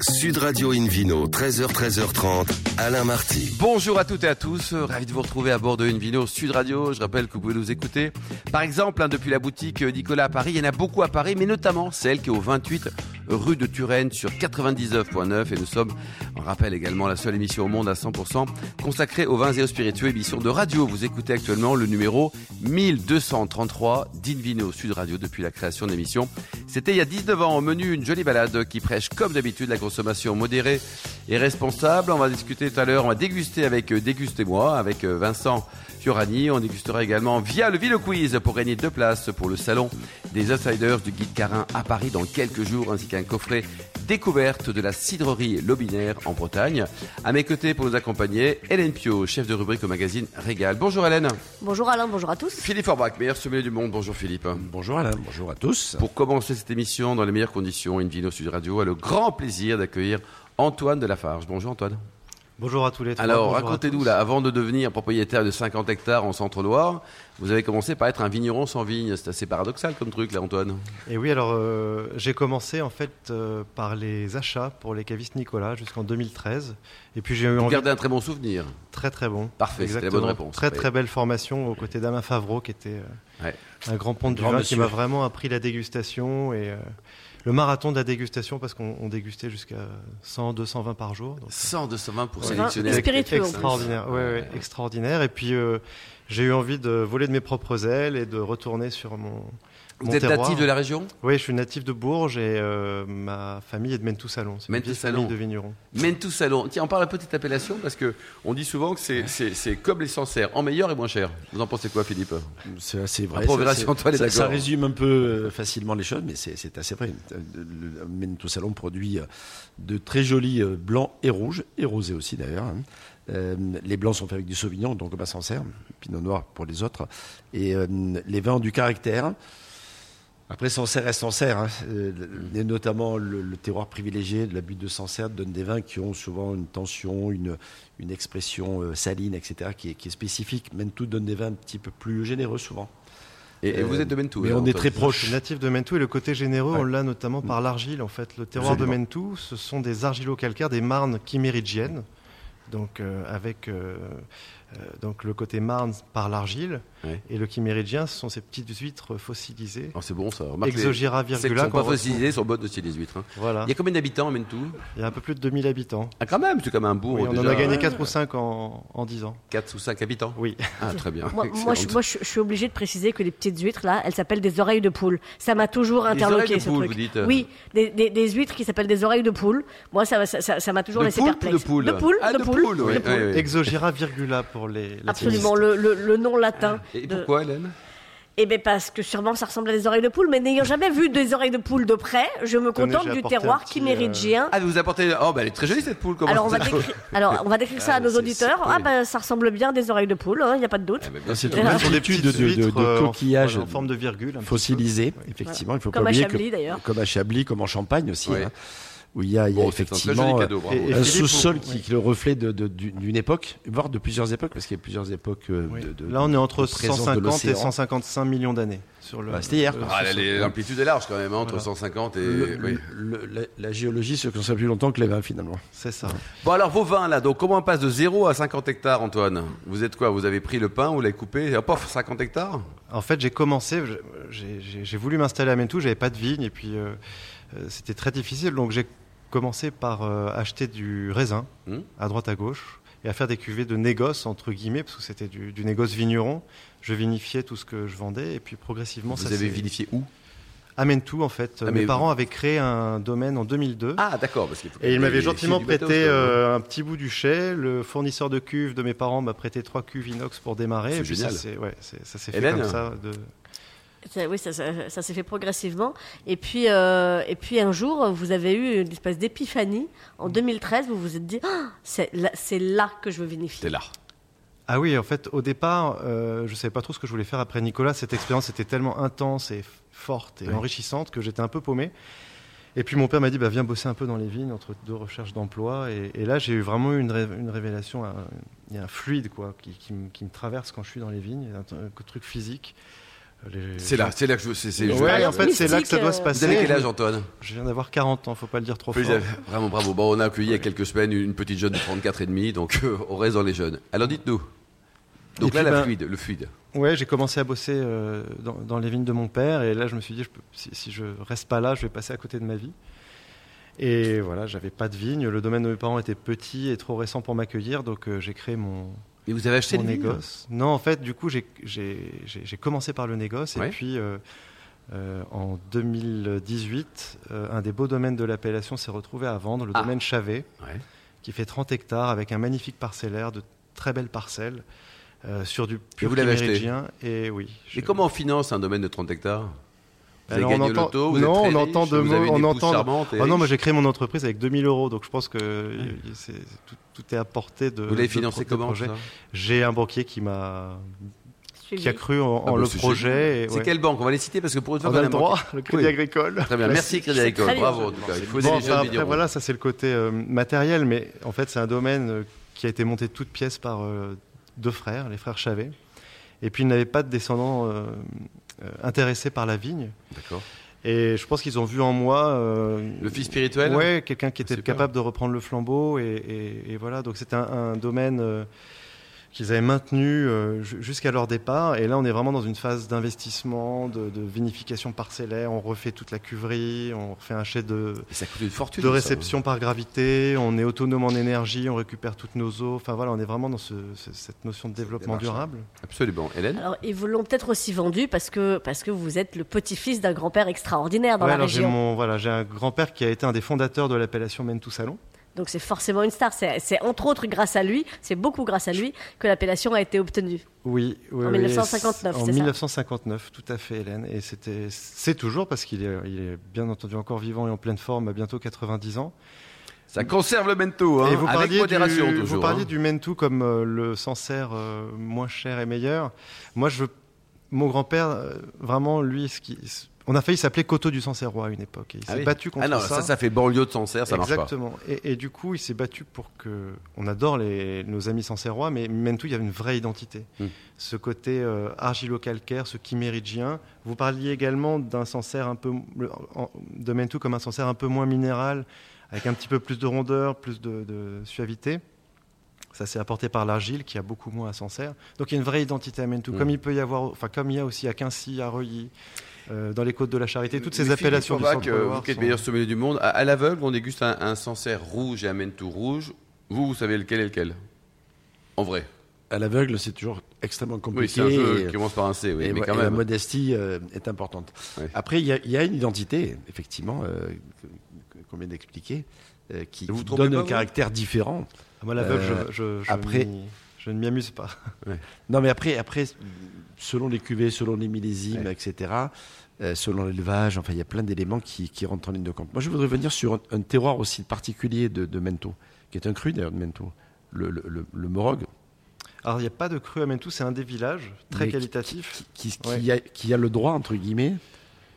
Sud Radio Invino, 13h, 13h30, Alain Marty. Bonjour à toutes et à tous, euh, ravi de vous retrouver à bord de Invino Sud Radio. Je rappelle que vous pouvez nous écouter, par exemple, hein, depuis la boutique euh, Nicolas à Paris. Il y en a beaucoup à Paris, mais notamment celle qui est au 28 rue de Turenne sur 99.9. Et nous sommes, on rappelle également, la seule émission au monde à 100% consacrée aux vins et aux spiritueux, émission de radio. Vous écoutez actuellement le numéro 1233 d'Invino Sud Radio depuis la création de l'émission. C'était il y a 19 ans au menu une jolie balade qui prêche comme d'habitude la consommation modérée et responsable. On va discuter tout à l'heure, on va déguster avec euh, Dégustez-moi, avec euh, Vincent Fiorani. On dégustera également via le Vino Quiz pour gagner deux places pour le salon des Outsiders du Guide Carin à Paris dans quelques jours, ainsi qu'un coffret découverte de la cidrerie Lobinaire en Bretagne. À mes côtés pour nous accompagner, Hélène Pio, chef de rubrique au magazine Régal. Bonjour Hélène. Bonjour Alain, bonjour à tous. Philippe Forbach, meilleur sommelier du monde. Bonjour Philippe. Bonjour Alain, bonjour à tous. Pour commencer cette émission dans les meilleures conditions, Invino Sud Radio a le grand plaisir d'accueillir Antoine Delafarge. Bonjour Antoine. Bonjour à tous les trois. Alors bonjour à racontez-nous tous. là, avant de devenir propriétaire de 50 hectares en Centre-Loire, vous avez commencé par être un vigneron sans vigne. C'est assez paradoxal comme truc là Antoine. Et oui, alors euh, j'ai commencé en fait euh, par les achats pour les cavistes Nicolas jusqu'en 2013. Et puis j'ai eu Vous envie. gardez un très bon souvenir. Très très bon. Parfait, c'était la bonne réponse. Très Oui. très belle formation aux côtés d'Alain Favreau qui était euh, Ouais. un grand pont du Grand vin monsieur. qui m'a vraiment appris la dégustation et euh, le marathon de la dégustation parce qu'on on dégustait jusqu'à 100, 220 par jour. Donc, 100, 220 pour Ouais. sélectionner. Des spiritueux, en plus. Extraordinaire, ouais, ouais, extraordinaire. Et puis euh, j'ai eu envie de voler de mes propres ailes et de retourner sur mon. Vous mon êtes terroir. natif de la région Oui, je suis natif de Bourges et euh, ma famille est de Mentoussalon. C'est une vieille Mentoussalon. famille de vignerons. Mentoussalon. Tiens, on parle un peu de cette appellation parce que on dit souvent que c'est- c'est c'est comme les Sancerres, en meilleur et moins cher. Vous en pensez quoi Philippe C'est assez Après, vrai. on verra ça, si Antoine est ça- ça d'accord. résume un peu euh, facilement les choses, mais c'est c'est assez vrai. Euh, Le Mento Salon produit euh, de très jolis euh, blancs et rouges, et rosés aussi d'ailleurs. hein. Euh, les blancs sont faits avec du sauvignon, donc on s'en sert, pinot noir pour les autres. Et euh, les vins ont du caractère. Après, Sancerre reste Sancerre. Hein. Euh, et notamment, le, le terroir privilégié de la butte de Sancerre donne des vins qui ont souvent une tension, une, une expression euh, saline, etc., qui est, qui est spécifique. tout donne des vins un petit peu plus généreux, souvent. et, et vous Euh, êtes de Mentou. mais hein, on est Antoine très Je proche. suis natif de Mentou et le côté généreux, Ouais. on l'a notamment par Mm. l'argile. En fait, le terroir de Absolument. Mentou, ce sont des argilo-calcaires des marnes kimérigiennes. Donc, euh, avec euh, euh, donc le côté marne par l'argile Ouais. et le chiméridgien, ce sont ces petites huîtres fossilisées. Ah, c'est bon ça. Remarquez, Exogira celles qui virgula. sont qu'on pas retrouve. fossilisées, sont bonnes aussi les huîtres. hein. Voilà. Il y a combien d'habitants à Mentou Il y a un peu plus de 2000 habitants. Ah, quand même, c'est comme un bourg. Oui, on en déjà, a gagné 4 ou 5 en, en 10 ans. 4 ou 5 habitants Oui. Ah, très bien. Moi, moi, je, Excellent. moi, je- je suis obligée de préciser que les petites huîtres, là, elles s'appellent des oreilles de poule. Ça m'a toujours Des interloqué, oreilles de ce poule, truc. vous dites, euh. Oui, des, des- des huîtres qui s'appellent des oreilles de poule. Moi, ça m'a ça, ça, ça m'a toujours De laissé poulpe ou perplexe. de poule Ah, de de poule. poule, oui. de Ouais, ouais. Exogira virgula pour les. les Absolument, le, le- le nom latin. Et de- pourquoi, Hélène Eh bien, parce que sûrement ça ressemble à des oreilles de poule, mais n'ayant jamais vu des oreilles de poule de près, je me Tenez, contente j'ai du apporté un terroir petit, euh, chiméridgien. Ah, vous apportez. Oh, bah, elle est très jolie cette poule. Comment Alors on, va ça- décri- Alors, on va décrire ça à nos c'est- auditeurs. c'est- Ah, oui. ben, ça ressemble bien à des oreilles de poule, il n'y a pas de doute. Ah, bah, bien C'est sûr. une Ce sont des multitude petites de, de- de huîtres, euh, en- coquillages en forme de virgule. un petit peu. fossilisés, effectivement. Il faut Comme à pas oublier Chablis, que- d'ailleurs. Comme à Chablis, comme en Champagne aussi, Ouais. hein, où il y a, il y a Bon, c'est un très joli effectivement euh, cadeau, bravo. et- et- un Philippe, sous-sol vous- qui, oui. qui est le reflet de- de- du- d'une époque, voire de plusieurs époques, parce qu'il y a plusieurs époques. euh, Oui. de- de- Là, on est entre de présence de 150 et l'océan. 155 millions d'années. sur le. Bah, c'était hier, le- quoi. Ah, là, les- l'amplitude est large quand même, hein, entre Voilà. 150 et. Le- oui. le- la, la géologie se conserve plus longtemps que les vins, finalement. C'est ça. Bon, alors vos vins là, donc comment on passe de 0 à 50 hectares, Antoine Vous êtes quoi Vous avez pris le pain, vous l'avez coupé, et hop, pof, 50 hectares En fait, j'ai commencé, je- j'ai- j'ai j'ai voulu m'installer à Mentou, j'avais pas de vigne et puis euh, euh, c'était très difficile. Donc j'ai commencé par euh, acheter du raisin Hmm. à droite à gauche et à faire des cuvées de négoce, entre guillemets, parce que c'était du, du négoce vigneron. Je vinifiais tout ce que je vendais et puis progressivement, Vous ça avez s'est- vinifié où À Mentou, en fait. Ah, mais Mes vous- parents avaient créé un domaine en 2002. Ah, d'accord, parce qu'il faut Et il m'avait gentiment du matos, prêté quand même. euh, un petit bout du chai. Le fournisseur de cuves de mes parents m'a prêté trois cuves inox pour démarrer. C'est Et puis ça génial. s'est ouais, c'est- ça s'est fait Hélène comme ça. de- Ça- oui, ça, ça- ça s'est fait progressivement. Et puis, euh, et puis un jour, vous avez eu une espèce d'épiphanie. En Mm. 2013, vous vous êtes dit, Ah, c'est là, c'est là que je veux T'es vinifier. là. Ah oui, en fait, au départ, euh, je savais pas trop ce que je voulais faire après Nicolas. Cette expérience était tellement intense et f- forte et Oui. enrichissante que j'étais un peu paumé. Et puis mon père m'a dit, bah, viens bosser un peu dans les vignes entre deux recherches d'emploi. Et, et là, j'ai eu vraiment eu une, ré- une révélation. un- Il y a un fluide quoi, qui, qui me- qui me traverse quand je suis dans les vignes, un, t- un truc physique. les- C'est là, c'est là que je veux. c'est- c'est- je- Ouais, en fait, c'est là que Mystique, ça doit se euh, Vous passer. avez quel âge, Antoine Je viens d'avoir 40 ans, faut pas le dire trop fort. Vous avez- Vraiment bravo. Bon, on a accueilli il y a quelques semaines une petite jeune de 34 et demi, donc euh, on reste dans les jeunes. Alors dites-nous. Donc Et là, puis, la ben, fluide, le fluide. Ouais, j'ai commencé à bosser euh, dans, dans les vignes de mon père et là je me suis dit je peux- si, si je reste pas là, je vais passer à côté de ma vie. Et voilà, j'avais pas de vigne, le domaine de mes parents était petit et trop récent pour m'accueillir, donc euh, j'ai créé mon, Et vous avez acheté mon le vigne négoce. Non, en fait, du coup, j'ai- j'ai j'ai- j'ai commencé par le négoce Ouais. et puis euh, euh, en 2018, euh, un des beaux domaines de l'appellation s'est retrouvé à vendre, le Ah. domaine Chavet, Ouais. qui fait 30 hectares avec un magnifique parcellaire, de très belles parcelles. euh, sur du pur vous l'avez acheté Kimérigien. et oui. je- Et comment on finance un domaine de 30 hectares Vous avez Alors, on gagné entend- l'auto, vous non, êtes très on riche, entend de vous avez mots, une on épouse entend de- charmante et Ah non, riche. moi j'ai créé mon entreprise avec 2000 euros, donc je pense que euh, c'est- tout, tout est apporté de. Vous l'avez de financé pro- de comment projet. ça J'ai un banquier qui m'a Suivi. qui a cru en, en Ah bah, le c'est projet. et C'est ouais. quelle banque On va les citer parce que pour une fois, On a a le manqué. droit, le Crédit Oui. Agricole. Très bien, merci Crédit C'est Agricole. très bien. Bravo en tout cas. Il faut aider Bon, les enfin, jeunes après, vignerons. voilà, ça c'est le côté euh, matériel, mais en fait c'est un domaine euh, qui a été monté de toutes pièces par euh, deux frères, les frères Chavet. Et puis ils n'avaient pas de descendants euh, euh, intéressés par la vigne. D'accord. Et je pense qu'ils ont vu en moi euh, Le fils spirituel Ouais, quelqu'un qui était Super. capable de reprendre le flambeau et, et- et voilà. Donc c'était un, un domaine euh, qu'ils avaient maintenu euh, ju- jusqu'à leur départ. Et là, on est vraiment dans une phase d'investissement, de, de vinification parcellaire. On refait toute la cuverie, on refait un chai de, Et ça coûte une fortune. de ça. hein. réception par gravité. On est autonome en énergie, on récupère toutes nos eaux. Enfin voilà, on est vraiment dans ce- ce- cette notion de développement démarche, hein. durable. Absolument. Hélène Alors, ils vous l'ont peut-être aussi vendu parce que, parce que vous êtes le petit-fils d'un grand-père extraordinaire dans Ouais, la alors, j'ai région. mon voilà, j'ai un grand-père qui a été un des fondateurs de l'appellation Mène tout Salon. Donc, c'est forcément une star. C'est c'est entre autres grâce à lui, c'est beaucoup grâce à lui que l'appellation a été obtenue. Oui, oui, En oui. 1959, En c'est ça 1959, tout à fait, Hélène. Et c'était, c'est toujours parce qu'il est, il est bien entendu encore vivant et en pleine forme, à bientôt 90 ans. Ça conserve le mento, hein, et vous avec parliez modération du, toujours. vous parliez hein. du Mentou comme euh, le Sancerre euh, moins cher et meilleur. Moi, je, mon grand-père, euh, vraiment, lui, ce qui, ce- on a failli s'appeler Coteau du Sancerrois à une époque. Et il Ah s'est oui. battu contre Ah non, ça, ça fait banlieue de Sancerre, ça marche pas. Exactement. Et, et du coup, il s'est battu pour que. On adore les, nos amis sancerrois, mais Mentou, il y avait une vraie identité. Hmm. Ce côté euh, argilo-calcaire, ce kimérigien. Vous parliez également d'un Sancerre un peu. en- de Mentou comme un Sancerre un peu moins minéral, avec un petit peu plus de rondeur, plus de, de suavité. Ça s'est apporté par l'argile, qui a beaucoup moins à Sancerre. Donc il y a une vraie identité à Mentou, Hmm. comme il peut y avoir, enfin comme il y a aussi à Quincy, à Reuilly, euh, dans les côtes de la Charité, toutes ces Mais Philippe appellations du Forbach, centre euh, Loire Vous qui êtes sont- meilleur sommelier du monde, à, à l'aveugle, on déguste un, un Sancerre rouge et un mento rouge. Vous, vous savez lequel est lequel En vrai. À l'aveugle, c'est toujours extrêmement Oui, compliqué. euh, c'est un et- jeu qui commence par un C, oui, et mais ouais, quand et la même. modestie euh, est importante. Ouais. Après, il y, a- il y a une identité, effectivement, euh, que- que- qu'on vient d'expliquer, euh, qui, Vous vous qui trompez donne pas, un vous caractère différent. Ah, Moi, l'aveugle, Euh, je, je, je après- m'y- je ne m'y amuse pas. Non, mais après, après, selon les cuvées, selon les millésimes, Ouais. etc., euh, selon l'élevage, enfin, il y a plein d'éléments qui, qui rentrent en ligne de compte. Moi, je voudrais revenir sur un, un terroir aussi particulier de, de Mento, qui est un cru d'ailleurs de Mento, le, le, le- le Morog, Alors, il n'y a pas de cru à Mentou, c'est un des villages très Mais qui- qualitatif. qui, qui- qui Ouais. a, qui a le droit, entre guillemets,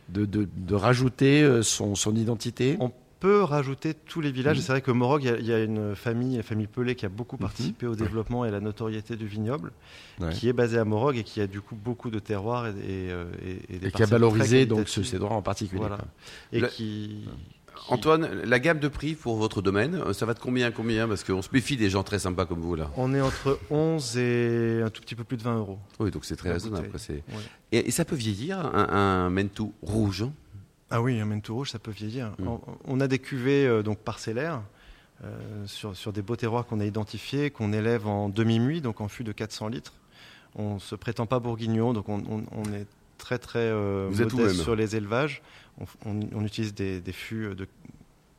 de, de, de rajouter euh, son, son identité. On peut rajouter tous les Mhm. villages. Et C'est vrai que Morog, il y a- il y, a une famille, la famille Pelé, qui a beaucoup participé au développement et à la notoriété du vignoble, Ouais. qui est basée à Morog et qui a du coup beaucoup de terroirs et, et, euh, et- et des Et qui a parcelles valorisé très donc ce, ces qualitatives. droits en particulier. Voilà. quoi. Et Le- qui. qui- Antoine, la gamme de prix pour votre domaine, euh, ça va de combien à combien Parce qu'on se méfie des gens très sympas comme vous, là. On est entre 11 et un tout petit peu plus de 20 euros. Oui, donc c'est très La raisonnable. bouteille. quoi, c'est- Ouais. Et, et ça peut vieillir, un, un mento rouge hein Ah oui, un mento rouge, ça peut vieillir. Mm. On, on a des cuvées euh, donc parcellaires euh, sur, sur des beaux terroirs qu'on a identifiés, qu'on élève en demi-muit, donc en fût de 400 litres. On se prétend pas bourguignon, donc on, on- on est très très euh, Vous êtes modeste vous-même. sur les élevages. On, f- on- on utilise des, des fûts euh, de,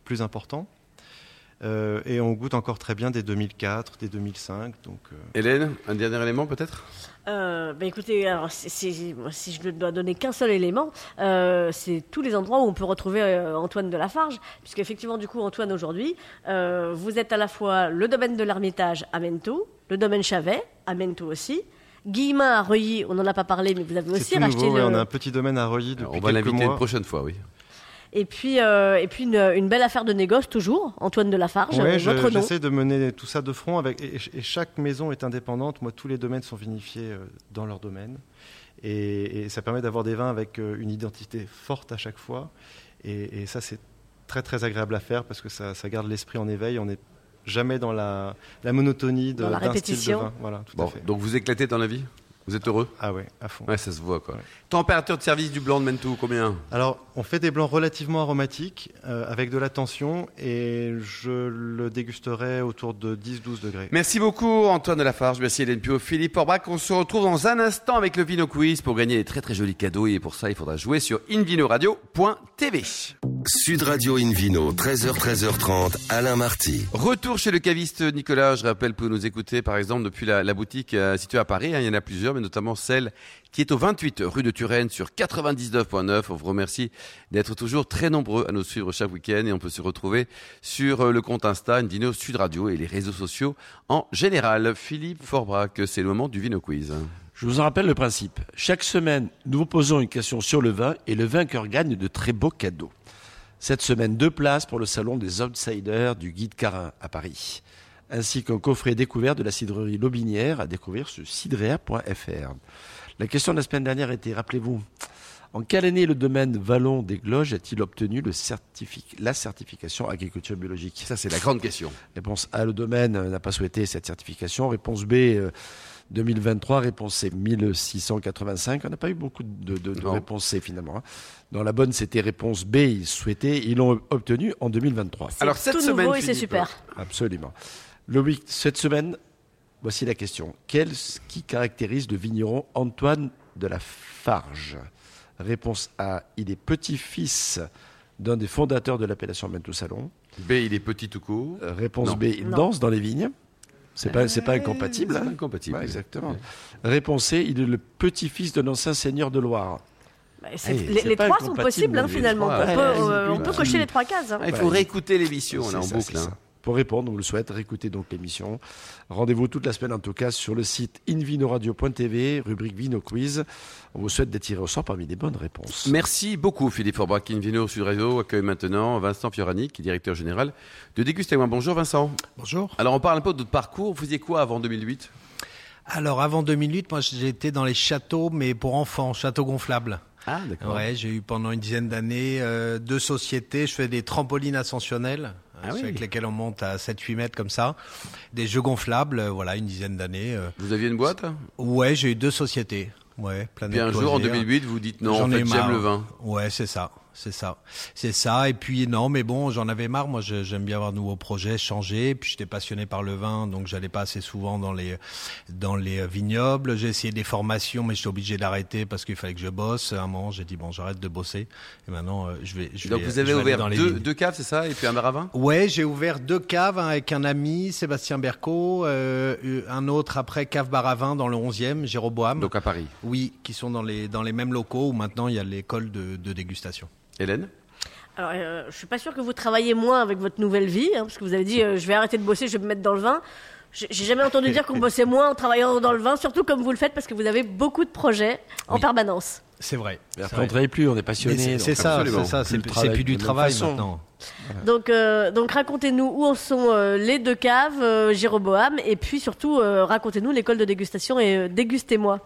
plus importants. Euh, et on goûte encore très bien des 2004, des 2005. Donc, euh, Hélène, un dernier élément peut-être Euh, bah écoutez, alors, si- si- moi, si je ne dois donner qu'un seul élément, euh, c'est tous les endroits où on peut retrouver euh, Antoine de Lafarge, puisque effectivement, du coup, Antoine, aujourd'hui, euh, vous êtes à la fois le domaine de l'Ermitage à Mento, le domaine Chavet à Mento aussi, Guillemin à Reuilly, on n'en a pas parlé, mais vous avez c'est aussi tout racheté nouveau. ouais, le- on a un petit domaine à Reuilly Alors, depuis Euh, On va quelques l'inviter mois. une prochaine fois, oui. Et puis, euh, et puis une, une belle affaire de négoce, toujours, Antoine de Lafarge, Ouais, je- votre nom. j'essaie de mener tout ça de front avec et, et- et chaque maison est indépendante. Moi, tous les domaines sont vinifiés euh, dans leur domaine. Et, et ça permet d'avoir des vins avec euh, une identité forte à chaque fois. Et, et ça, c'est très très agréable à faire parce que ça, ça garde l'esprit en éveil. On n'est jamais dans la, la monotonie de Dans la d'un style de répétition. vin. Voilà, tout à Bon, fait. donc vous éclatez dans la vie Vous êtes heureux Ah ouais, à fond. Ouais, ça se voit quoi. Ouais. Température de service du blanc de Mentou, combien Alors, on fait des blancs relativement aromatiques euh, avec de la tension et je le dégusterai autour de 10-12 degrés. Merci beaucoup Antoine Lafarge, merci Hélène Pio, Philippe Orbrac. On se retrouve dans un instant avec le Vino Quiz pour gagner des très très jolis cadeaux et pour ça il faudra jouer sur invinoradio.tv. Sud Radio Invino, 13h, 13h30, Alain Marty. Retour chez le caviste Nicolas. Je rappelle, vous pouvez nous écouter par exemple depuis la, la boutique euh, située à Paris. hein, il y en a plusieurs, mais notamment celle qui est au 28 rue de Turenne sur 99.9. On vous remercie d'être toujours très nombreux à nous suivre chaque week-end et on peut se retrouver sur euh, le compte Insta Invino Sud Radio et les réseaux sociaux en général. Philippe Forbrac, c'est le moment du Vino Quiz. Je vous en rappelle le principe. Chaque semaine, nous vous posons une question sur le vin et le vainqueur gagne de très beaux cadeaux. Cette semaine, deux places pour le salon des outsiders du guide Carin à Paris, ainsi qu'un coffret découvert de la cidrerie Lobinière à découvrir sur cidrea.fr. La question de la semaine dernière était, rappelez-vous, en quelle année le domaine Vallon des Gloges a-t-il obtenu le certific- la certification agriculture biologique Ça c'est la grande question. Réponse A, le domaine euh, n'a pas souhaité cette certification. Réponse B, euh, 2023. Réponse C, 1685. On n'a pas eu beaucoup de, de- de Non. réponses C finalement. hein. Dans la bonne, c'était réponse B, ils souhaitaient, ils l'ont obtenu en 2023. C'est Alors, cette tout semaine, nouveau et c'est Philippe. super. Absolument. Loïc, cette semaine, voici la question. Qu'est-ce qui caractérise le vigneron Antoine de la Farge Réponse A, il est petit-fils d'un des fondateurs de l'appellation Mentou Salon. B il est petit tout court. Euh, Réponse Non. B, il Non. danse dans les vignes. C'est pas, c'est pas incompatible. C'est pas hein. incompatible. Ouais, exactement. Réponse C, il est le petit-fils d'un ancien seigneur de Loire. Bah, c'est- Eh, les c'est les pas trois sont incompatible, possibles, hein, les finalement. trois. on peut, Ouais, euh, c'est on plus peut petit. cocher les trois cases. hein. Ah, il faut réécouter l'émission, on est C'est en ça, boucle. c'est hein. ça. Pour répondre, on le souhaite, réécoutez donc l'émission. Rendez-vous toute la semaine, en tout cas, sur le site invinoradio.tv, rubrique Vino Quiz. On vous souhaite d'être tiré au sort parmi des bonnes réponses. Merci beaucoup Philippe Forbrac, Invino Sud Radio accueille maintenant Vincent Fiorani, qui est directeur général de Dégustez-moi. Bonjour Vincent. Bonjour. Alors on parle un peu de votre parcours, vous faisiez quoi avant 2008 Alors avant 2008, moi j'étais dans les châteaux, mais pour enfants, châteaux gonflables. Ah Ouais, j'ai eu pendant une dizaine d'années euh, deux sociétés. Je fais des trampolines ascensionnelles, euh, Ah ceux oui. avec lesquels on monte à 7-8 mètres comme ça. Des jeux gonflables, euh, voilà, une dizaine d'années. euh. Vous aviez une boîte Ouais, j'ai eu deux sociétés. Ouais, Planète Puis un jour en Loisirs. 2008 vous dites non, en J'en ai fait j'aime marre. le vin. Ouais, c'est ça. C'est ça. C'est ça. Et puis, non, mais bon, j'en avais marre. Moi, je- j'aime bien avoir de nouveaux projets, changer. Puis, j'étais passionné par le vin, donc j'allais pas assez souvent dans les, dans les euh, vignobles. J'ai essayé des formations, mais j'étais obligé d'arrêter parce qu'il fallait que je bosse. À un moment, j'ai dit, bon, j'arrête de bosser. Et maintenant, euh, je vais, je Donc vais- vous je vais avez aller ouvert dans les deux, vignes. deux caves, c'est ça Et puis un bar à vin Ouais, j'ai ouvert deux caves hein, avec un ami, Sébastien Berco, euh, un autre après cave bar à vin dans le 11e, Jéroboam. Donc à Paris. Oui, qui sont dans les, dans les mêmes locaux où maintenant il y a l'école de, de dégustation. Hélène Alors, euh, je suis pas sûre que vous travaillez moins avec votre nouvelle vie, hein, parce que vous avez dit euh, je vais arrêter de bosser, je vais me mettre dans le vin. J'ai j'ai jamais entendu dire qu'on bossait moins en travaillant dans le vin, surtout comme vous le faites, parce que vous avez beaucoup de projets en Oui. permanence. C'est vrai. Mais après, on ne travaille plus, on est passionné. C'est donc c'est ça, absolument. c'est ça, Plus c'est le plus, travail c'est plus de du la même travail façon. maintenant. Donc, euh, donc racontez-nous où en sont euh, les deux caves, euh, Jéroboam, et puis surtout euh, racontez-nous l'école de dégustation et euh, dégustez-moi.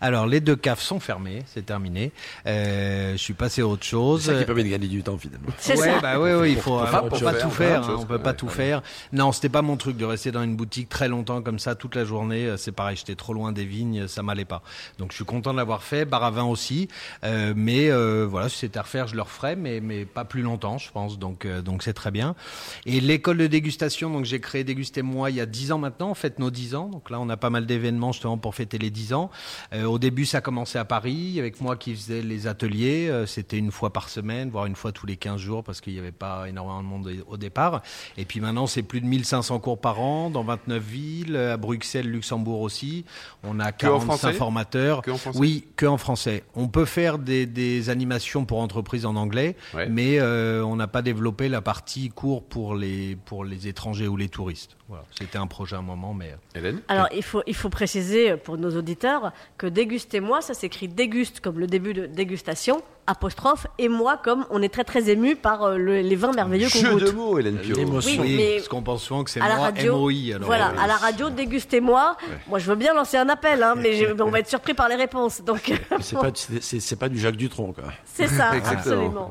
Alors les deux caves sont fermées, c'est terminé. Euh, je suis passé à autre C'est chose. ça qui permet de gagner du temps, finalement. C'est ouais, ça. bah ouais, ouais, il faut, faire on autre peut pas chose. tout Faire faire, autre hein, chose, on peut pas tout faire. Non, c'était pas mon truc de rester dans une boutique très longtemps comme ça toute la journée. euh, C'est pareil, j'étais trop loin des vignes, ça m'allait pas. Donc je suis content de l'avoir fait, bar à vin aussi. Euh, mais euh, voilà, si c'était à refaire, je le referais, mais mais pas plus longtemps, je pense. Donc euh, donc c'est très bien. Et l'école de dégustation, donc j'ai créé Dégustez-moi il y a 10 ans maintenant. On fête nos 10 ans, donc là on a pas mal d'événements justement pour fêter les 10 ans. Euh, au début, ça commençait à Paris avec moi qui faisais les ateliers. Euh, C'était une fois par semaine, voire une fois tous les 15 jours parce qu'il n'y avait pas énormément de monde au départ. Et puis maintenant, c'est plus de 1500 cours par an dans 29 villes, euh, à Bruxelles, Luxembourg aussi. On a Que en 45 français formateurs. Que en français Oui, que en français. On peut faire des, des animations pour entreprises en anglais, Ouais. mais euh, on n'a pas développé la partie cours pour les, pour les étrangers ou les touristes. Voilà. C'était un projet à un moment, mais... Hélène Alors, il faut, il faut euh, préciser pour nos auditeurs que dégustez-moi, ça s'écrit déguste comme le début de dégustation, apostrophe et moi comme on est très très ému par euh, le- les vins merveilleux qu'on Jeu de goûte. mots, Hélène Pio. Oui, oui, mais- parce qu'on pense souvent que c'est À la moi, radio, MOI. alors, voilà, euh, à la radio, dégustez-moi. Moi, je veux bien lancer un appel, hein, mais j'ai- on va être surpris par les réponses. Donc, C'est pas, c'est- c'est- c'est pas du Jacques Dutronc, quoi. c'est ça, Exactement. absolument.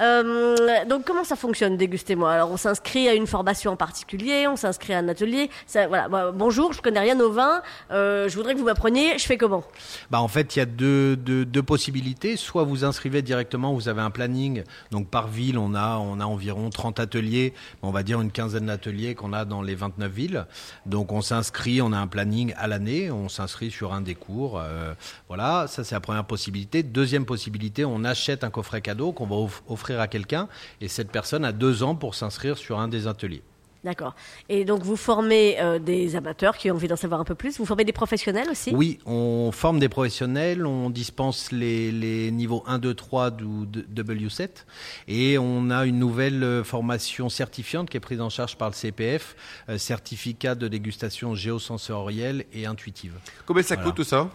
Euh, donc comment ça fonctionne dégustez-moi Alors on s'inscrit à une formation en particulier, on s'inscrit à un atelier. Ça, voilà, bah, bonjour, je connais rien au vin, euh, je voudrais que vous m'appreniez, je fais comment Bah en fait, il y a deux, deux, deux possibilités. Soit vous inscrivez directement, vous avez un planning. Donc par ville, on a, on a environ 30 ateliers, on va dire une quinzaine d'ateliers qu'on a dans les 29 villes. Donc on s'inscrit, on a un planning à l'année, on s'inscrit sur un des cours. euh, voilà, ça c'est la première possibilité. Deuxième possibilité, on achète un coffret cadeau qu'on va off- offrir à quelqu'un et cette personne a deux ans pour s'inscrire sur un des ateliers. D'accord. Et donc vous formez euh, des amateurs qui ont envie d'en savoir un peu plus, vous formez des professionnels aussi Oui, on forme des professionnels, on dispense les, les niveaux 1, 2, 3 du de- W7 et on a une nouvelle euh, formation certifiante qui est prise en charge par le CPF, euh, certificat de dégustation géosensorielle et intuitive. Combien ça Voilà. coûte tout ça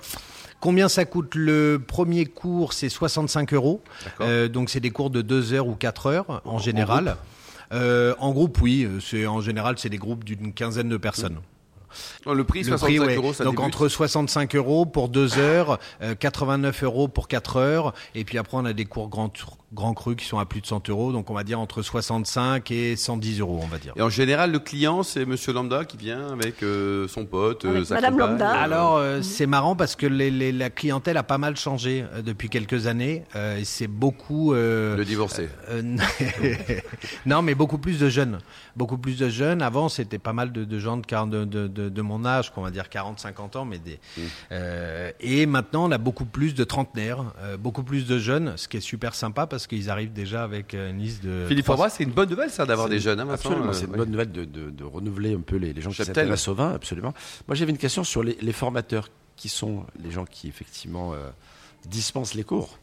Combien ça coûte le premier cours C'est 65 euros. D'accord. Euh, donc c'est des cours de 2 heures ou 4 heures en, général. Euh, en groupe, oui. C'est en général, c'est des groupes d'une quinzaine de personnes. Non, Le prix, Le 65 prix, ouais. euros, ça Donc débute. entre 65 euros pour 2 heures, euh, 89 euros pour 4 heures, et puis après on a des cours grand, tr- grand cru qui sont à plus de 100 euros, donc on va dire entre 65 et 110 euros, on va dire. Et en général, le client, c'est Monsieur Lambda qui vient avec euh, son pote, Avec sa Madame compagne, Lambda. euh, Alors euh, c'est marrant parce que les- les- la clientèle a pas mal changé euh, depuis quelques années, euh, et c'est beaucoup... euh, le divorcé. Euh, non, mais beaucoup plus de jeunes. Beaucoup plus de jeunes. Avant, c'était pas mal de, de gens de, quar- de, de, de- de mon âge, qu'on va dire 40, 50 ans. Mais des, euh, et maintenant, on a beaucoup plus de trentenaires, euh, beaucoup plus de jeunes, ce qui est super sympa parce qu'ils arrivent déjà avec euh, une liste de. Philippe trois- Forbas, c'est une bonne nouvelle, ça, d'avoir des jeunes. Hein, Vincent, Absolument, euh, c'est une ouais. bonne nouvelle de, de- de renouveler un peu les, les gens qui Chaptel. s'intéressent au vin, absolument. Moi, j'avais une question sur les, les formateurs, qui sont les gens qui, effectivement, euh, dispensent les cours.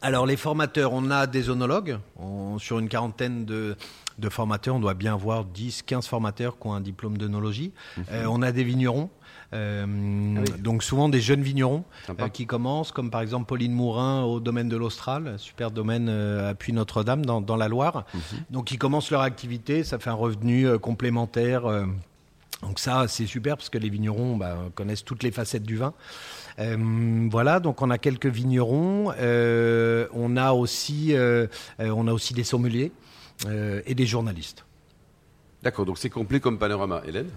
Alors, les formateurs, on a des onologues. On- sur une quarantaine de, de formateurs, on doit bien avoir 10, 15 formateurs qui ont un diplôme d'onologie. Euh, on a des vignerons. euh, Donc souvent des jeunes vignerons Sympa. euh, qui commencent, comme par exemple Pauline Mourin au domaine de l'Austral, super domaine euh, à Puy Notre-Dame dans, dans la Loire. Donc ils commencent leur activité, ça fait un revenu euh, complémentaire. euh, donc ça, c'est super parce que les vignerons bah, connaissent toutes les facettes du vin. Euh, voilà, donc on a quelques vignerons. Euh, on a aussi, euh, euh, on a aussi des sommeliers euh, et des journalistes. D'accord, donc c'est complet comme panorama. Hélène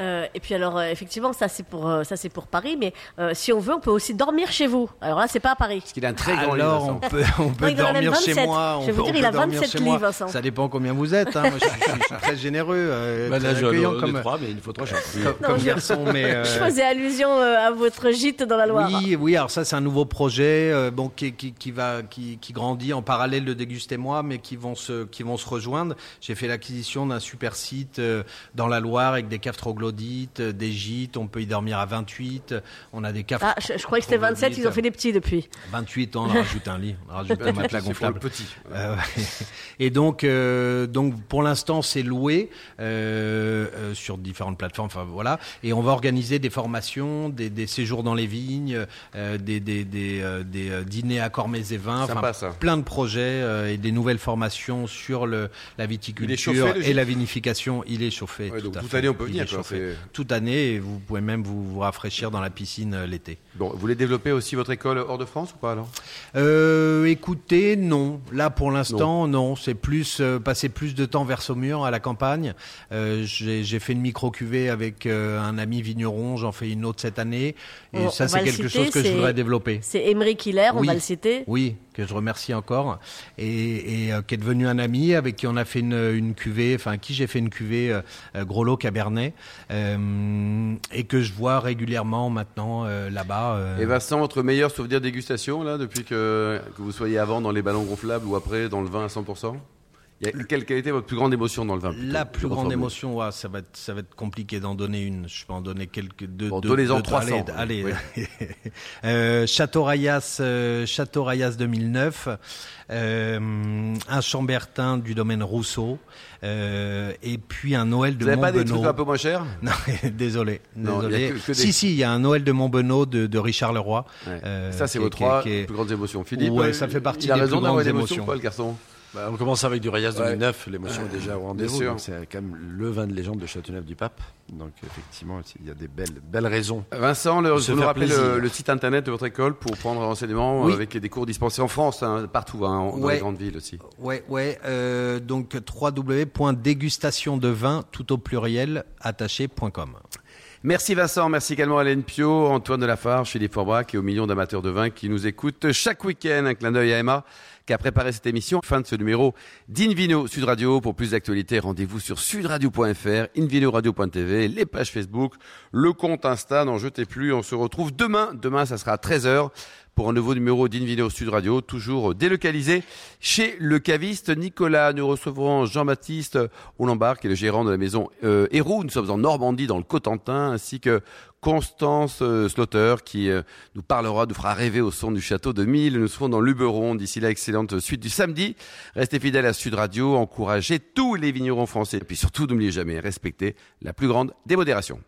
Euh, et puis alors euh, effectivement ça c'est pour euh, ça c'est pour Paris, mais euh, si on veut on peut aussi dormir chez vous. Alors là c'est pas à Paris. Parce qu'il a un très grand Alors on livre. peut, on peut il en a même dormir chez 27. moi. on Je vais vous peut- dire, on il a peut dormir 27 chez moi. livres, Vincent. Ça dépend combien vous êtes. hein. Moi, je, suis, je suis très généreux, euh, Bah, très accueillant comme, trois, mais il faut trois comme- Non, comme je- garçon. Mais euh, Je faisais allusion euh, à votre gîte dans la Loire. Oui, oui. Alors ça, c'est un nouveau projet, euh, bon, qui, qui, qui va, qui, qui grandit en parallèle de Dégustez-moi, mais qui vont se, qui vont se rejoindre. J'ai fait l'acquisition d'un super site euh, dans la Loire avec des caves troglodytes, euh, des gîtes. On peut y dormir à 28. On a des caves. Ah, je, je croyais que c'était 27, ils ont fait des petits depuis. 28 ans, on rajoute un lit, on rajoute un matelas C'est pour le gonflable. petit. Euh, ouais. et donc, euh, donc pour l'instant, c'est loué euh, euh, sur différentes plateformes. Enfin voilà. Et on va organiser des formations, des, des séjours dans les vignes, euh, des, des, des, euh, des, euh, dîners à Cormets et Vins. Sympa, Enfin, ça. plein de projets euh, et des nouvelles formations sur le, la viticulture Il est chauffé, le et gîte la vinification. Il est chauffé. Ouais, donc, tout à toute fait. l'année, on peut Il venir, est quoi, chauffé. c'est- Toute l'année, et vous pouvez même vous, vous rafraîchir dans la piscine euh, l'été. Bon, vous voulez développer aussi votre école hors de France ou pas alors Euh, écoutez, non. Là, pour l'instant, non. C'est plus euh, passer plus de temps vers Saumur, à la campagne. Euh, J'ai j'ai fait une micro cuvée avec euh, un ami vigneron. J'en fais une autre cette année. Et On- on ça, va c'est le quelque citer, chose que je c'est- voudrais développer. C'est Émeric Hilaire, on Oui. va le citer. Oui, que je remercie encore et, et, euh, qui est devenu un ami avec qui on a fait une, une cuvée, enfin à qui j'ai fait une cuvée euh, euh, gros lot Cabernet euh, et que je vois régulièrement maintenant euh, là-bas. euh, Et Vincent, votre meilleur souvenir dégustation là depuis que, que vous soyez avant dans les ballons gonflables ou après dans le vin à 100% Il y a- Quelle, quelle était votre plus grande émotion dans le vin plutôt La Je plus grande reformule. émotion, ouah, ça, va être, ça va être compliqué d'en donner une. Je peux en donner quelques deux. Bon, deux- donnez-en deux- 300, Allez, oui. allez. Euh, Château Rayas, euh, Château Rayas 2009, euh, un Chambertin du domaine Rousseau, euh, et puis un Noël de Vous n'avez pas des trucs Montbenaud. un peu moins chers Non, désolé. Non, désolé. il y a que- que des- Si, si, il y a un Noël de Montbenaud de, de Richard Leroy. Ouais. euh, Ça, c'est qui- vos qui- trois qui est- plus grandes émotions. Philippe, Ouais, euh, ça fait partie il a des raison plus d'avoir grandes une émotion, émotions. Paul Garçon. Bah, on commence avec du Rayas Ouais. 2009. L'émotion est déjà au rendez-vous. sûr. donc C'est quand même le vin de légende de Châteauneuf-du-Pape. Donc, effectivement, il y a des belles, belles raisons. Vincent, le, Se vous nous faire rappelez le, plaisir. le site internet de votre école pour prendre renseignement Oui. euh, avec des cours dispensés en France, hein, partout, hein, en- dans Ouais. les grandes villes aussi. Ouais, ouais. euh, donc www.dégustationdevin tout au pluriel attaché.com. Merci Vincent, merci également à Hélène Pio, Antoine Delafarge, Philippe Forbrac et aux millions d'amateurs de vin qui nous écoutent chaque week-end. Un clin d'œil à Emma qui a préparé cette émission. Fin de ce numéro d'Invino Sud Radio. Pour plus d'actualités, rendez-vous sur sudradio.fr, invinoradio.tv, les pages Facebook, le compte Insta, n'en jetez plus. On se retrouve demain. Demain, ça sera à 13h pour un nouveau numéro d'Invino Sud Radio, toujours délocalisé chez le caviste Nicolas. Nous recevrons Jean-Baptiste Oulambard, qui est le gérant de la maison euh, Héroux. Nous sommes en Normandie, dans le Cotentin, ainsi que Constance euh, Slaughter, qui euh, nous parlera, nous fera rêver au son du château de Mille. Nous serons dans l'Uberon. D'ici là, excellente suite du samedi. Restez fidèles à Sud Radio, encouragez tous les vignerons français. Et puis surtout, n'oubliez jamais, respectez la plus grande démodération.